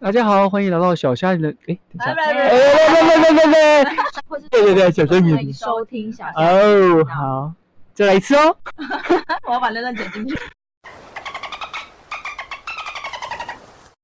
大家好，欢迎来到小虾你的哎，等一下，拜哎，喂喂拜喂喂喂喂，或是对对对小声一点欢迎收听小声。哦，好，再来一次哦。我要把那段剪进去。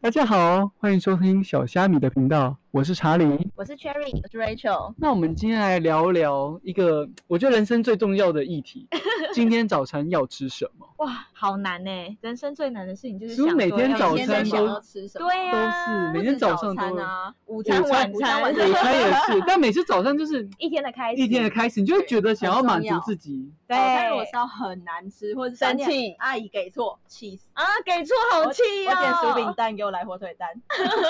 大家好，欢迎收听小虾米的频道，我是查理。我是 Cherry，我是 Rachel。那我们今天来聊聊一个我觉得人生最重要的议 题，今天早餐要吃什么？哇，好难呢！人生最难的事情就是是不是想每说天要早先餐在都想要吃什么？对都呀，是不每止天早上早餐都啊，午午餐、晚午餐、晚午餐也 是，但每次早上就是一天的开始，一天的开始，你就会觉得想要很重满足要自己。对早餐如果烧很难吃，或者生气阿姨给错，气死！啊，给出好气我点哦薯饼蛋，给我来火腿蛋，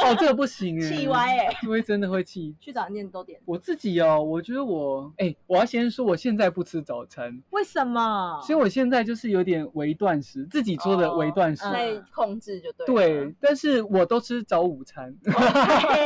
哦，这个不行哎，气歪，欸哎！会真的会气。去早餐店都点，我自己哦，我觉得我哎、我要先说，我现在不吃早餐，为什么？所以我现在就是有点微断食，自己做的微断食。嗯再控制就对。对，，但是我都吃早午餐，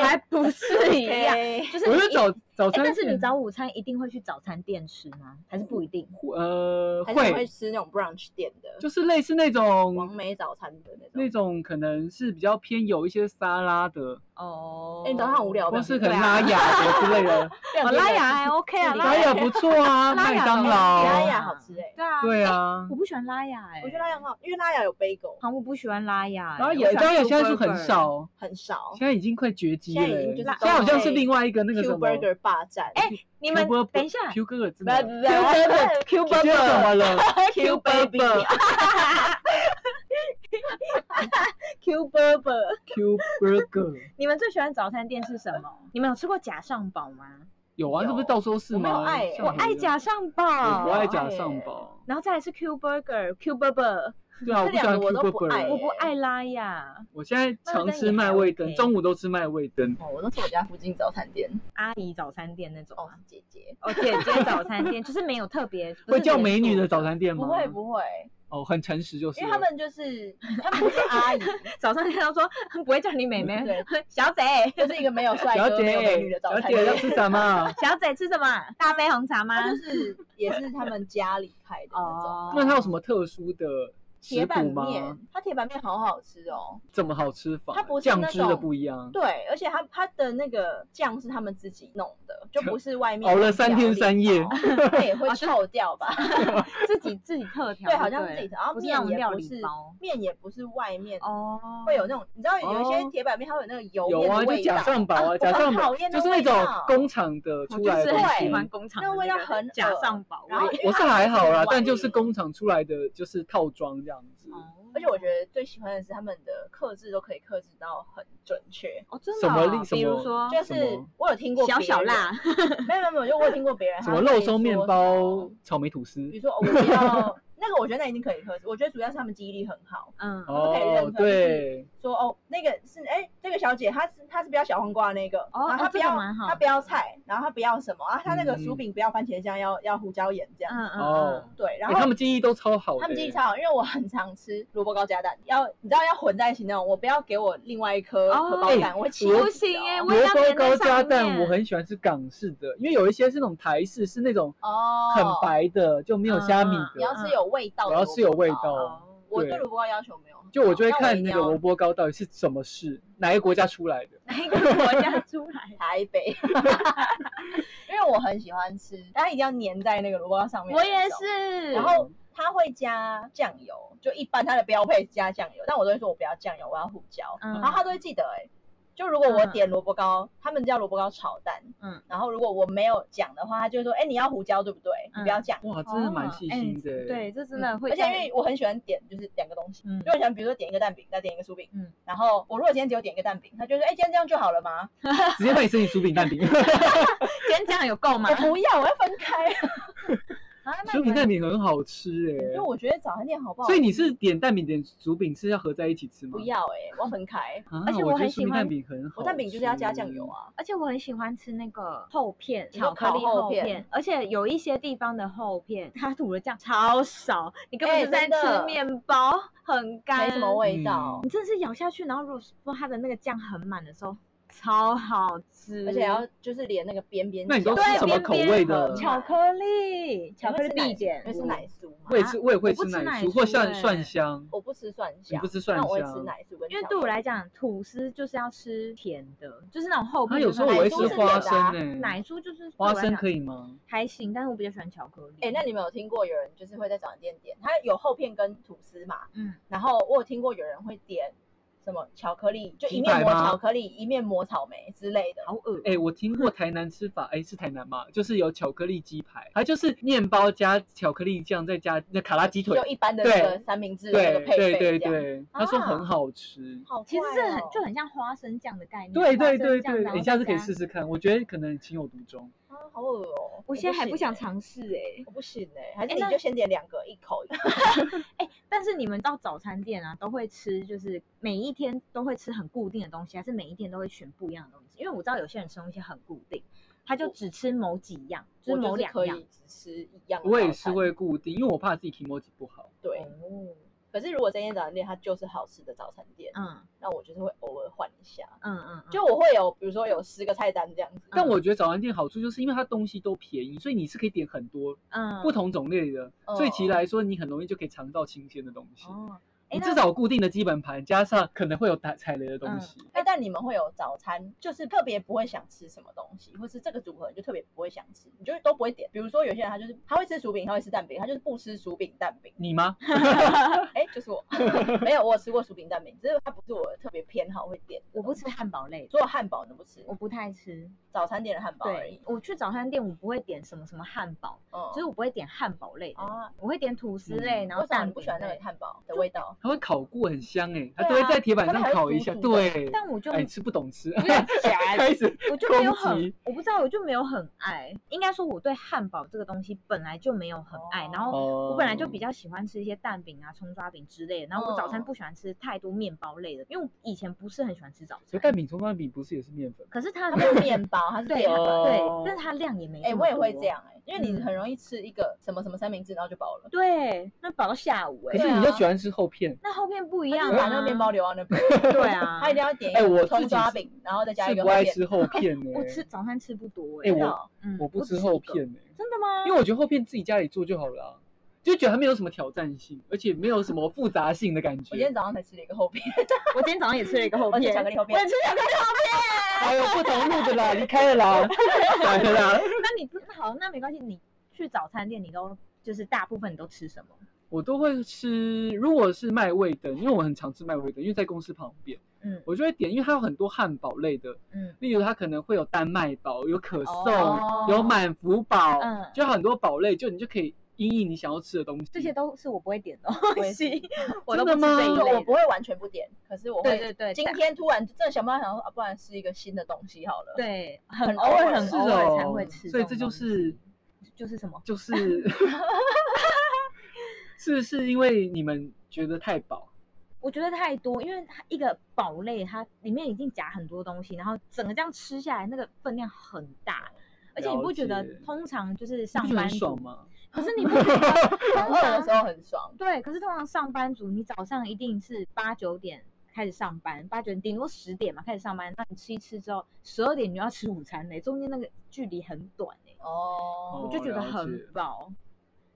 还不是一样，对， 就是我你就一早早哎，餐店。但是你早午餐一定会去早餐店吃吗？还是不一定？呃还是会会，吃那种 brunch 点的，就是类似那王种美早餐的那那种。种可能是比较偏有一些沙拉的，哦哎，你早上很无聊吧，或是可对能啊拉雅的之类的。我拉雅还 OK 啊，自 己拉拉雅雅不错啊，拉雅麦当拉劳。雅好吃哎，对啊，对啊我，不喜欢拉雅哎，我觉得拉雅很好，因为拉雅有 bagel，好像我不喜欢拉雅欸，拉我雅喜欢拉雅 Q 现在是很 Burger 少，很少。现在已经快绝迹了现在已欸。经就是现在好像是都被另外一个那个什 Q 么。 Burger 霸占，哎哦你们 Q 等一下 Q 哥哥真不的要不要不要，Q 今天怎么了哎 Q baby Q Burger， ？Q Burger 你们最喜欢早餐店是什么？你们有吃过假上堡吗？有啊，有这不是到时候是我没有吗？爱上我我回爱了，假上我堡，不爱假假上哎堡。然后再来是 Q Burger、Q Burger，对啊，我这不喜两欢个 Q 我都不爱 Burger，欸我不爱拉雅。我现在常吃麦麦味味登，登中午都吃麦味登。哦，我都是我家附近早餐店，阿姨早餐店那种哦啊，，姐姐，哦，姐姐早餐店就是没有特别不会是叫连美锁女的早餐店吗？不会不会，哦，很诚实就是因了。为他们就是他们就是阿姨，早上店都说不会叫你妹妹，对， 小姐，就是一个没有帅小哥、没有美女姐的，早小餐姐要店，吃什么？啊小姐吃什么？大杯红茶吗哦他？就是也是他们家里开的那种。那它有什么特殊的铁哦食板谱吗面？，它铁板面好好吃哦。怎么好吃法？它不是酱那汁的种不一样。对，而且它它的那个酱是他们自己弄的，就不是外 面熬了三天三夜哦调理包那 也会臭掉吧？自己自己特调，对，好像是自己调，然后不是那面种也料不理是包面也不是外面哦，会有那种，你知道有一些哦铁板面它会有那个油有面啊，的就味假道，上堡啊，我假很上堡讨厌那就是那味种道工厂的我出就来是的很喜东欢西。工厂那的个味道个很假恶上堡味，然后因为 我是它还好啦，是但就是外面工厂出来的就是套装这样子。哦而且我觉得最喜欢的是他们的克制都可以克制到很准确，哦真什的么哦力什比如么说就什是么我有听过小别小人辣， 没有没有没有，就我有听过 别人什么他会肉松说面什包么、草莓吐司，比如说我不要那个，我觉得那一定可以克制。我觉得主要是他们记忆力很好，嗯都可以认哦出，来对，说哦那个是哎这个小姐她是她是不要小黄瓜那个，哦然后哦她不这个要蛮好她不要菜，然后她不要什么啊，她那个薯嗯饼不要番茄酱，要要胡椒盐这样。嗯嗯哦 嗯，对，然欸后他们记忆都超好的欸，他们记忆超好，因为我很常吃萝卜糕加蛋，要你知道要混在一起那种，我不要给我另外一颗哦荷包蛋，我会气不死行哎，哦我萝也要卜点糕在加上蛋，面，我很喜欢吃港式的，因为有一些是那种台式，是那种哦，很，白的，就没有虾米嗯你要的，吃有味道，我要吃有味。道。哦我对对萝卜糕要求没有很高，就我就会但一看定那个要萝卜糕到底是什么事，哪个国家出来的。哪一个国家出来？ 台北，因为我很喜欢吃，但它一定要粘在那个萝卜糕上面。我也，是，然后它会加酱油，就一般它的标配是加酱油，但我都会说我不要酱油，我要胡椒，嗯然后他都会记得哎、就如果我嗯点萝卜糕，他们叫萝卜糕炒蛋，嗯嗯，然后如果我没有讲的话，他就会说，哎、你要胡椒对不对？你嗯不要酱。哇，真的哦蛮细哎心的欸。对，这真的会嗯而这且因样，为我很喜欢点就是两个东西，嗯就很喜欢比如说点一个蛋饼，再点一个薯饼，嗯嗯，然后我如果今天只有点一个蛋饼，他就说，哎、今天这样就好了吗？直接帮你申请薯饼 蛋饼， 煎酱有够吗 我？哎不要，我要分开。啊那薯你饼们蛋饼很好吃哎、就我觉得早餐店好不好？所以你是点蛋饼点薯饼是要合在一起吃吗？不要哎、我要分开。啊，而且我我觉得很薯喜饼欢蛋饼很好，我蛋饼就是要加酱油。啊，而且我很喜欢吃那个厚片你说巧克力烤厚厚片片，而且有一些地方的厚片，它涂的酱超少，你根本哎就在真的吃面包，很干，没什么味道嗯。你真的是咬下去，然后如果说它的那个酱很满的时候，超好吃，而且要就是连那个边边那你都角吃角什对么口味的边边巧克力，巧克力必点，因为是奶酥嘛。我也吃，我也会我不吃吃奶酥或酥蒜欸蒜香。我不吃蒜你香，不吃蒜但我会香吃奶酥跟因为巧对我克力来讲，吐司就是要吃甜的，就是那种厚它片啊有的时时候。候我会奶吃酥是花甜的啊生诶，奶酥就是花对我来生讲可以吗？还行，但是我比较喜欢巧克力。哎、那你们有听过有人就是会在早餐店点，它有厚片跟吐司嘛，嗯，然后我有听过有人会点什么巧克力，就一鸡面排抹吗巧克力，一面抹草莓之类的。好恶哎、我听过台南吃法，哎、是台南吗？就是有巧克力鸡排，它就是面包加巧克力酱，再加那卡拉鸡腿就。一般的那个对三明治的那个对配对备对这样，对，他说啊很好吃。好其实怪这很哦就很像花生酱的概念。对对花对生酱对，然后你下次可以再加试试看，我觉得可能情有独钟。啊，好恶哦！我现在还不想行欸，尝试哎我不行哎、还是哎你那就先点两个，一 口一口。哎，但是你们到早餐店啊，都会吃，就是每一天都会吃很固定的东西，还是每一天都会选不一样的东西？因为我知道有些人生活一些很固定，他就只吃某几样，我是就某是两可样以。只吃一样的早餐。我也是会固定，因为我怕自己 i m o 不好。对。可是如果这间早餐店它就是好吃的早餐店，哦嗯那我就是会偶尔换一下。嗯嗯，嗯就我会有，比如说有十个菜单这样子，但我觉得早餐店好处就是因为它东西都便宜，所以你是可以点很多嗯不同种类的，所以其实嗯来说你很容易就可以尝到新鲜的东西。哦，哎你那至少有固定的基本盘，加上可能会有打踩雷的东嗯西。哎、但你们会有早餐，就是特别不会想吃什么东西，或是这个组合你就特别不会想吃，你就都不会点。比如说有些人他就是他会吃薯饼，他会吃蛋饼，他就是不吃薯饼蛋饼。你吗？哎、就 是我，没有，我有吃过薯饼蛋饼，只是它不是我特别偏好会点。我不，吃汉堡类，所有汉堡你都不吃，我不太吃。早餐店的汉堡而对已。，我去早餐店我不会点什么什么汉堡，嗯，所以我不会点汉堡类的，啊，我会点吐司类，嗯然后为什么蛋你不喜欢那个饼类汉堡的味道？它会烤过，很香哎、它对都会啊在铁板它上还会烤一酥下。酥的对，但我就哎、吃不懂吃，不要夹开始我就没有攻很击，我不知道，我就没有很爱。应该说我对汉堡这个东西本来就没有很爱，哦然后哦我本来就比较喜欢吃一些蛋饼啊、葱抓饼之类的。然后我早餐嗯不喜欢吃太多面包类的，因为我以前不是很喜欢吃早可餐。蛋饼、葱花饼不是也是面粉？可是它的它没有 面包，它是对淀粉。哦对，但是它量也没哎、这么我也会多 这。样哎、因为你嗯很容易吃一个什么什么三明治，然后就饱了。对，那饱到下午哎、可是对你就啊喜欢吃厚片，那后面不一他样就啊，是把那个面包留到那边。对啊， 他一定要点一哎我个自葱己抓是饼，然后再加一是个不厚爱片吃厚 片呢、我吃早餐吃不多哎、哎真的我哦嗯我不吃只一厚个片呢、欸真的吗？因为我觉得厚片自己家里做就好了啊、就觉得它没有什么挑战性，而且没有什么复杂性的感我今天觉。早上才吃了一个厚片，我今天早上也吃了一个厚我吃片，巧克力厚片我也吃巧克力。哎呦，不同路的啦，离开了啦，来了啦。 那你那好，那没关系，你去早餐店你都就是大部分你都吃什么？我都会吃，如果是麦味登，因为我很常吃麦味登，因为在公司旁边，嗯我就会点，因为它有很多汉堡类的，嗯例如它可能会有丹麦堡、有可颂、哦有满福堡，嗯就很多堡类，就你就可以因应你想要吃的东西。这些都 是我不会点的哦 我东也是西，我都不真吃的吗这嗯一就类我的不。会完全不点，可是我对会对对，今但天突然真的想不到，想说啊，不然试一个新的东西好了。，对很很偶偶尔尔很是偶尔才哦会吃种东西，所以这就是就是什么？ 就是是是因为你们觉得太饱，我觉得太多，因为它一个堡类，它里面已经夹很多东西，然后整个这样吃下来，那个分量很大，而且你不觉得了解通常就是你上不觉得班很族爽？吗？可是你不觉得 很通饿的常时候很爽。对？可是通常上班族，你早上一定是八九点开始上班，八九点顶多十点嘛开始上班，那你吃一吃之后，十二点你就要吃午餐嘞，中间那个距离很短哎、哦我就觉得了解很饱。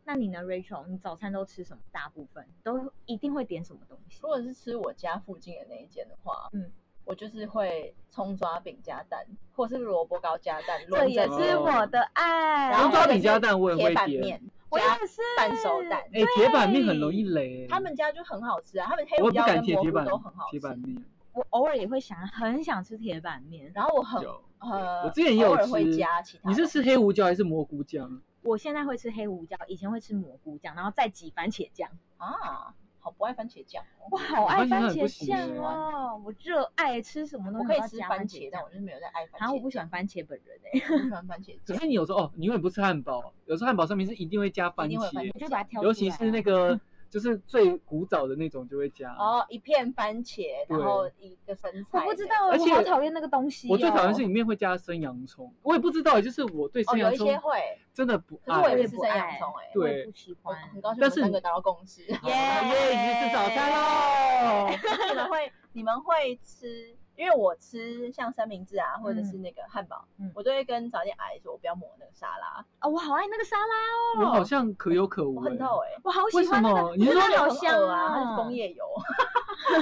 那你呢，Rachel？你早餐都吃什么？大部分都一定会点什么东西如？果是吃我家附近的那一间的话，嗯嗯，我就是会葱抓饼加蛋，或是萝卜糕加蛋，这论也证是我的爱。然后葱抓哦或者饼加是蛋我也铁会板点面我加也是半熟蛋。哎、铁板面很容易雷、他们家就很好吃啊，他们黑我也胡不椒敢跟贴蘑铁菇板都很好铁板吃。面，我偶尔也会想很想吃铁板面，然后我很有。呃，我之前也有偶尔会吃加其他你的。是吃黑胡椒还是蘑菇酱？啊我现在会吃黑胡椒，以前会吃蘑菇酱，然后再挤番茄酱。啊，好不爱番茄酱哦，我好爱番番茄酱很不茄行酱耶哦，我热爱吃什么东我西可以都要吃加番茄茄，但酱啊我。就是没有在爱番茄。然后我不喜欢，番茄本人哎、我不喜欢番茄可 酱。是你有时候哦，你永远不吃汉堡，有时候汉堡上面是一定会加番一定会有番茄茄，我就把它挑出来啊、尤其是那个就是最古早的那种就会加。哦，一片番茄，然后一个生我菜。不知道，而我且好讨厌那个东西、哦。我最讨厌是里面会加生洋葱，我也不知道，就是我对哦，生有洋一葱些会，真的不可是我爱欸也也。不吃不生洋爱葱哎。我也对不喜我欢。很高兴我但们是三你个达到共 识。耶，已经吃早餐喽。哎可是你们会，你们会吃，因因为我吃像三明治啊，或者是那个汉堡，嗯我都会跟早点阿姨说，我不要抹那个沙拉，啊、我好爱那个沙拉我哦，好像可有可无我欸、很痛哎、我好为喜什欢那么个，你是那说个哦好很香恶啊，它是工业油，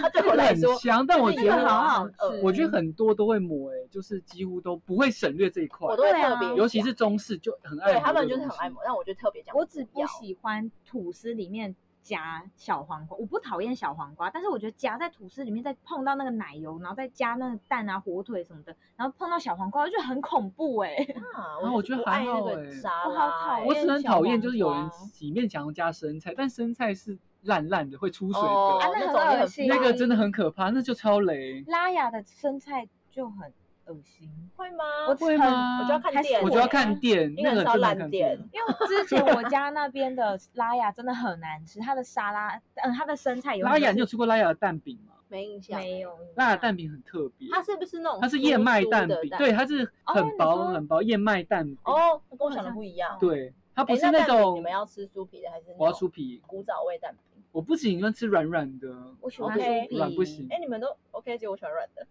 它对我来哎很说，香，但我就是觉一个啊得很好好很恶吃我觉得很多都会抹、欸，就是几乎都不会省略这一块我，都会对啊特别讲，尤其是中式就很爱对抹他这个东西。们就是很爱抹，但我就特别讲，我只不要喜欢吐司里面夹小黄瓜，我不讨厌小黄瓜，但是我觉得夹在吐司里面，再碰到那个奶油，然后再加那个蛋啊、火腿什么的，然后碰到小黄瓜，我就觉得很恐怖哎、啊，啊我我就觉得不还爱那好个欸沙我好拉讨欸，我厌只很小讨厌黄就是有瓜人里面想要加生菜，但生菜是烂烂的会出水的，哦啊，那那种也很恶很心，那个真的很可怕，那就超雷。 拉雅的生菜就很恶心。会吗？我会很吗我就要看还是店，我就要看店，因那为个很少真的烂看店。因为我之前我家那边的拉雅真的很难吃，它的沙拉，嗯，它的生哎菜有拉雅，你有吃过拉雅的蛋饼吗？没印象欸，没有拉雅蛋饼很特别，它是不是那种它是燕麦酥酥的蛋蛋饼，对，它是哦很你薄说很薄燕麦蛋饼，哦，跟我想的不一样。哎，对，它不是那蛋饼种你们要吃酥皮的还是？我要酥皮，古早味蛋饼。我不喜欢吃软软的，我喜我欢不酥皮软不行哎、，你们都 OK，结果我喜欢软的。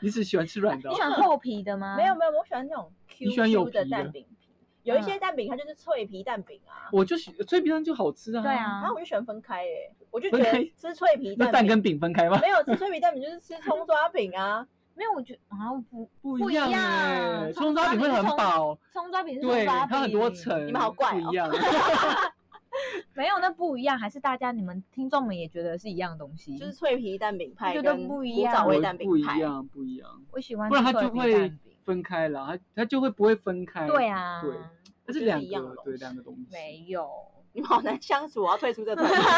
你只喜欢吃软的你哦喜。欢厚皮的吗？没有，没有，我喜欢那种 Q 喜欢有 Q 的皮的蛋饼皮。有一些嗯蛋饼它就是脆皮蛋饼啊，我就喜脆皮蛋就好吃啊。对然啊后，我就喜欢分开诶、我就觉分得开吃脆皮那蛋蛋饼跟 饼分开吗？没有吃脆皮蛋饼就是吃葱抓饼 啊，没有，我觉得好像不不不一一样样哎，葱葱抓抓饼饼会是很葱饱，葱抓饼是对，葱抓饼，它很多层，你们好怪哦不一样。没有，那不一样，还是大家你们听众们也觉得是一样的东西，就是脆皮蛋饼派我觉跟得不一古样早味我蛋饼不一派。样，不一样，我喜欢不吃然它脆就皮会蛋饼，分开了，它它就会不会分开。对啊，对，它觉是得两是一样的个东对西两个东西。没 有。你们好难相处，我要退出这个团体。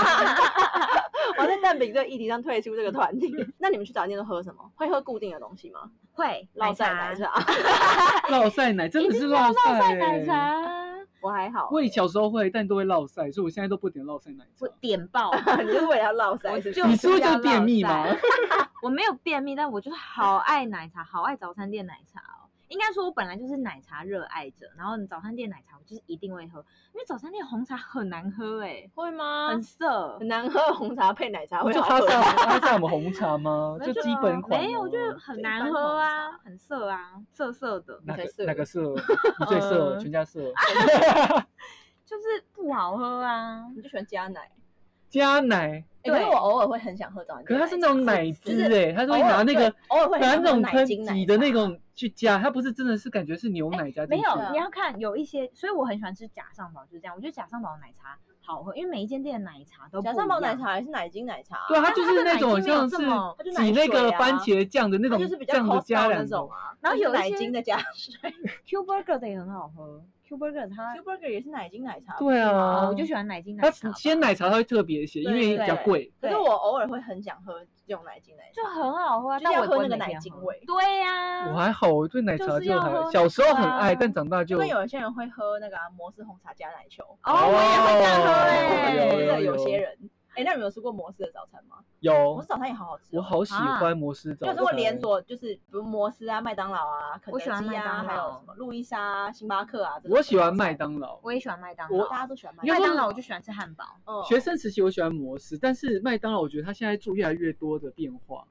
我在蛋饼这个议题上退出这个团体。嗯那你们去早餐店都喝什么？会喝固定的东西吗？会老奶仔茶奶，茶， 落晒奶真的是欸落晒晒奶茶，我还好。我以小时候会，但都会落晒，所以我现在都不点落晒奶茶我。点爆， 你就是为了要落腮，是不是就你是会要叫便秘落吗 腮？ 我没有便秘，但我就是好爱奶茶，好爱早餐店奶茶哦。应该说，我本来就是奶茶热爱者，然后早餐店奶茶我就是一定会喝，因为早餐店红茶很难喝哎、会吗？很涩很。哦难喝红茶配奶茶会就好他喝上他上我们红茶吗？就那基本款吗。没有，就是哦就很一难般喝红啊，很涩啊，涩涩的，哪你才个色哪个色？你最色，嗯全家色。就是不好喝啊。你就喜欢加奶。加奶，欸可是对我偶尔会很想喝早餐可店是奶它是那茶，种奶就汁是哎，它就会偶尔拿那个对偶尔会拿很那想种喝奶喷精奶挤的那茶种去加，它不是真的是感觉是牛奶加进没去。有，啊你要看有一些，所以我很喜欢吃假上堡，就是这样。我觉得假上堡的奶茶好喝，因为每一间店的奶茶都不假上堡一奶样茶还是奶精奶茶啊？对，它但就它是的那奶种精没有像是这么它就挤奶那水个啊番茄酱的那它种就是比较酱的 cos 加那两种种。啊，然后就是有一奶些精的 加水 Q Burger 的也很好喝，Q Burger 它，Q Burger 也是奶精奶茶。对啊，啊，我就喜欢奶精奶它茶吧，鲜奶茶它会特别些，因对为比对较对贵。可是对我偶尔会很想喝这种奶精奶茶，就很好喝啊，就是但要我也喝不会那个每奶天精喝味对呀，我还好，我对奶茶就是要还喝好小时候奶很茶爱，但长大就啊因为有些人会喝那个啊摩斯红茶加奶球，哦，我也会这样哦喝哎有我知道有有些人。哎，那你们有吃过摩斯的早餐吗？摩有斯，早餐也好好吃哦，我好喜啊欢摩斯早就餐。是会连锁，就是比如摩斯啊、麦当劳啊、肯我德喜欢基麦啊，当还有劳什么路易莎、啊、星巴克啊。这种我喜欢早餐麦，当劳。我也喜欢麦当我劳大，家都喜欢麦嗯应麦该当说劳我就喜欢吃汉堡。劳学生时期我喜欢摩斯，但是麦当劳我觉得它现在做越来越多的变化。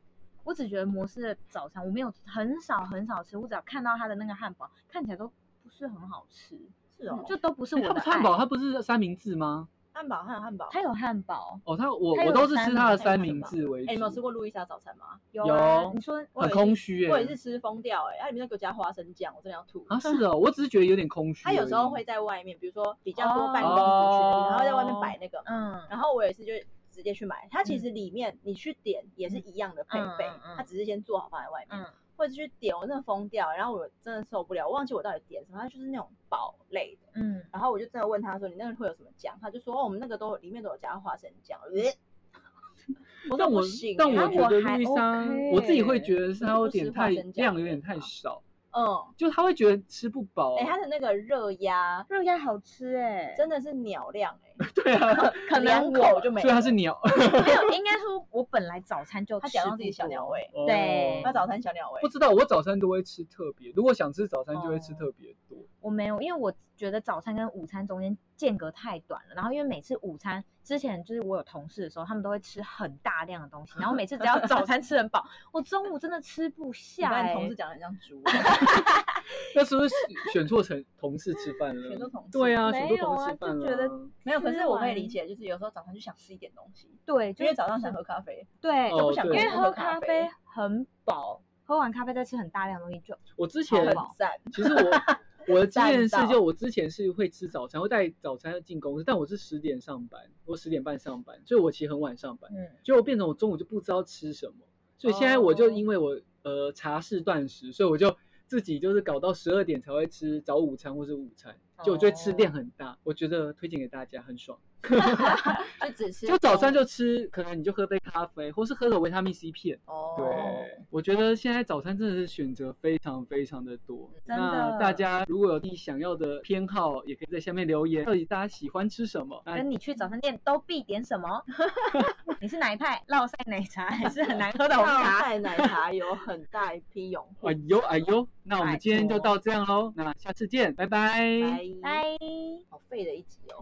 我只觉得摩斯的早餐我没有很少很少吃，我只要看到它的那个汉堡看起来都不是很好吃，是哦，就都不是诶它我不的是汉爱。堡，它不是三明治吗？汉堡还有汉堡。它有汉堡，哦，它我它我有都是三吃明它的治三汉明堡治为主。哎，你们有吃过路易莎早餐吗？有啊有你说我很也空是虚我哎、也是吃疯掉哎，它里面都给我加花生酱，我真的要吐。啊，是哦，我只是觉得有点空虚而它已。有时候会在外面，比如说比较哦多办公族群的地方，它会在外面摆那个。嗯，然后我有一次就直接去买，它其实里面你去点也是一样的配备嗯嗯嗯，它只是先做好放在外面嗯，或者去点，我真的疯掉，然后我真的受不了，我忘记我到底点什么，它就是那种堡类的。嗯，然后我就真的问他说：“你那个会有什么酱？”他就说：“哦，我们那个都有里面都有加花生酱。呃” 我说但不我行欸，但我啊觉我得还路易莎， OK 我自己会觉得是我它就有不吃点花太生酱量，的有点那太个少，嗯，就他会觉得吃不饱。啊哎、它的那个热压肉鸭好吃哎，真的是鸟量 哎、 对啊，可能两口就没所以了。它是鸟。没有，应该说我本来早餐就他假吃装自己不小多鸟胃，对哦他早餐小鸟胃不。知道，我早餐都会吃特别，如果想吃早餐就会吃特别多。我没有，因为我觉得早餐跟午餐中间间隔太短了。然后因为每次午餐之前就是我有同事的时候，他们都会吃很大量的东西，然后每次只要早餐吃很饱，我中午真的吃不 你下、把欸。你同事讲的像 猪，那是不是选错成同事吃饭了？选错同事对啊，没选错同有事啊吃饭就了。觉得没有。可是我可以完理解，就是有时候早上就想吃一点东西，对，因就为是早上想喝咖啡，对，哦就不想对因为喝喝咖咖啡啡很饱，喝完咖啡再吃很大量的东西就我之好前饱很赞。其实我我的经验是赞，到就我之前是会吃早餐，会带早餐进公司，但我是十点上班，我十点半上班，所以我其实很晚上班，嗯，结果变成我中午就不知道吃什么，所以现在哦我就因为我、呃茶室断食，所以我就自己就是搞到十二点才会吃早午餐或是午餐，就我就会吃哦量很大，我觉得推荐给大家很爽。就只吃就早餐就吃，可能你就喝杯咖啡，或是喝个维他命 C 片。哦，对，我觉得现在早餐真的是选择非常非常的多。真那的大家如果有自己想要的偏好，也可以在下面留言，到底大家喜欢吃什么？那跟你去早餐店都必点什么？ 你是哪一派？ 烙晒奶茶还是很难喝的红 泡茶？菜奶茶有很大一批拥护，哎呦哎呦，那我们今天就拜托嗯到这样喽，那下次见，拜拜拜拜。好废的一集哦。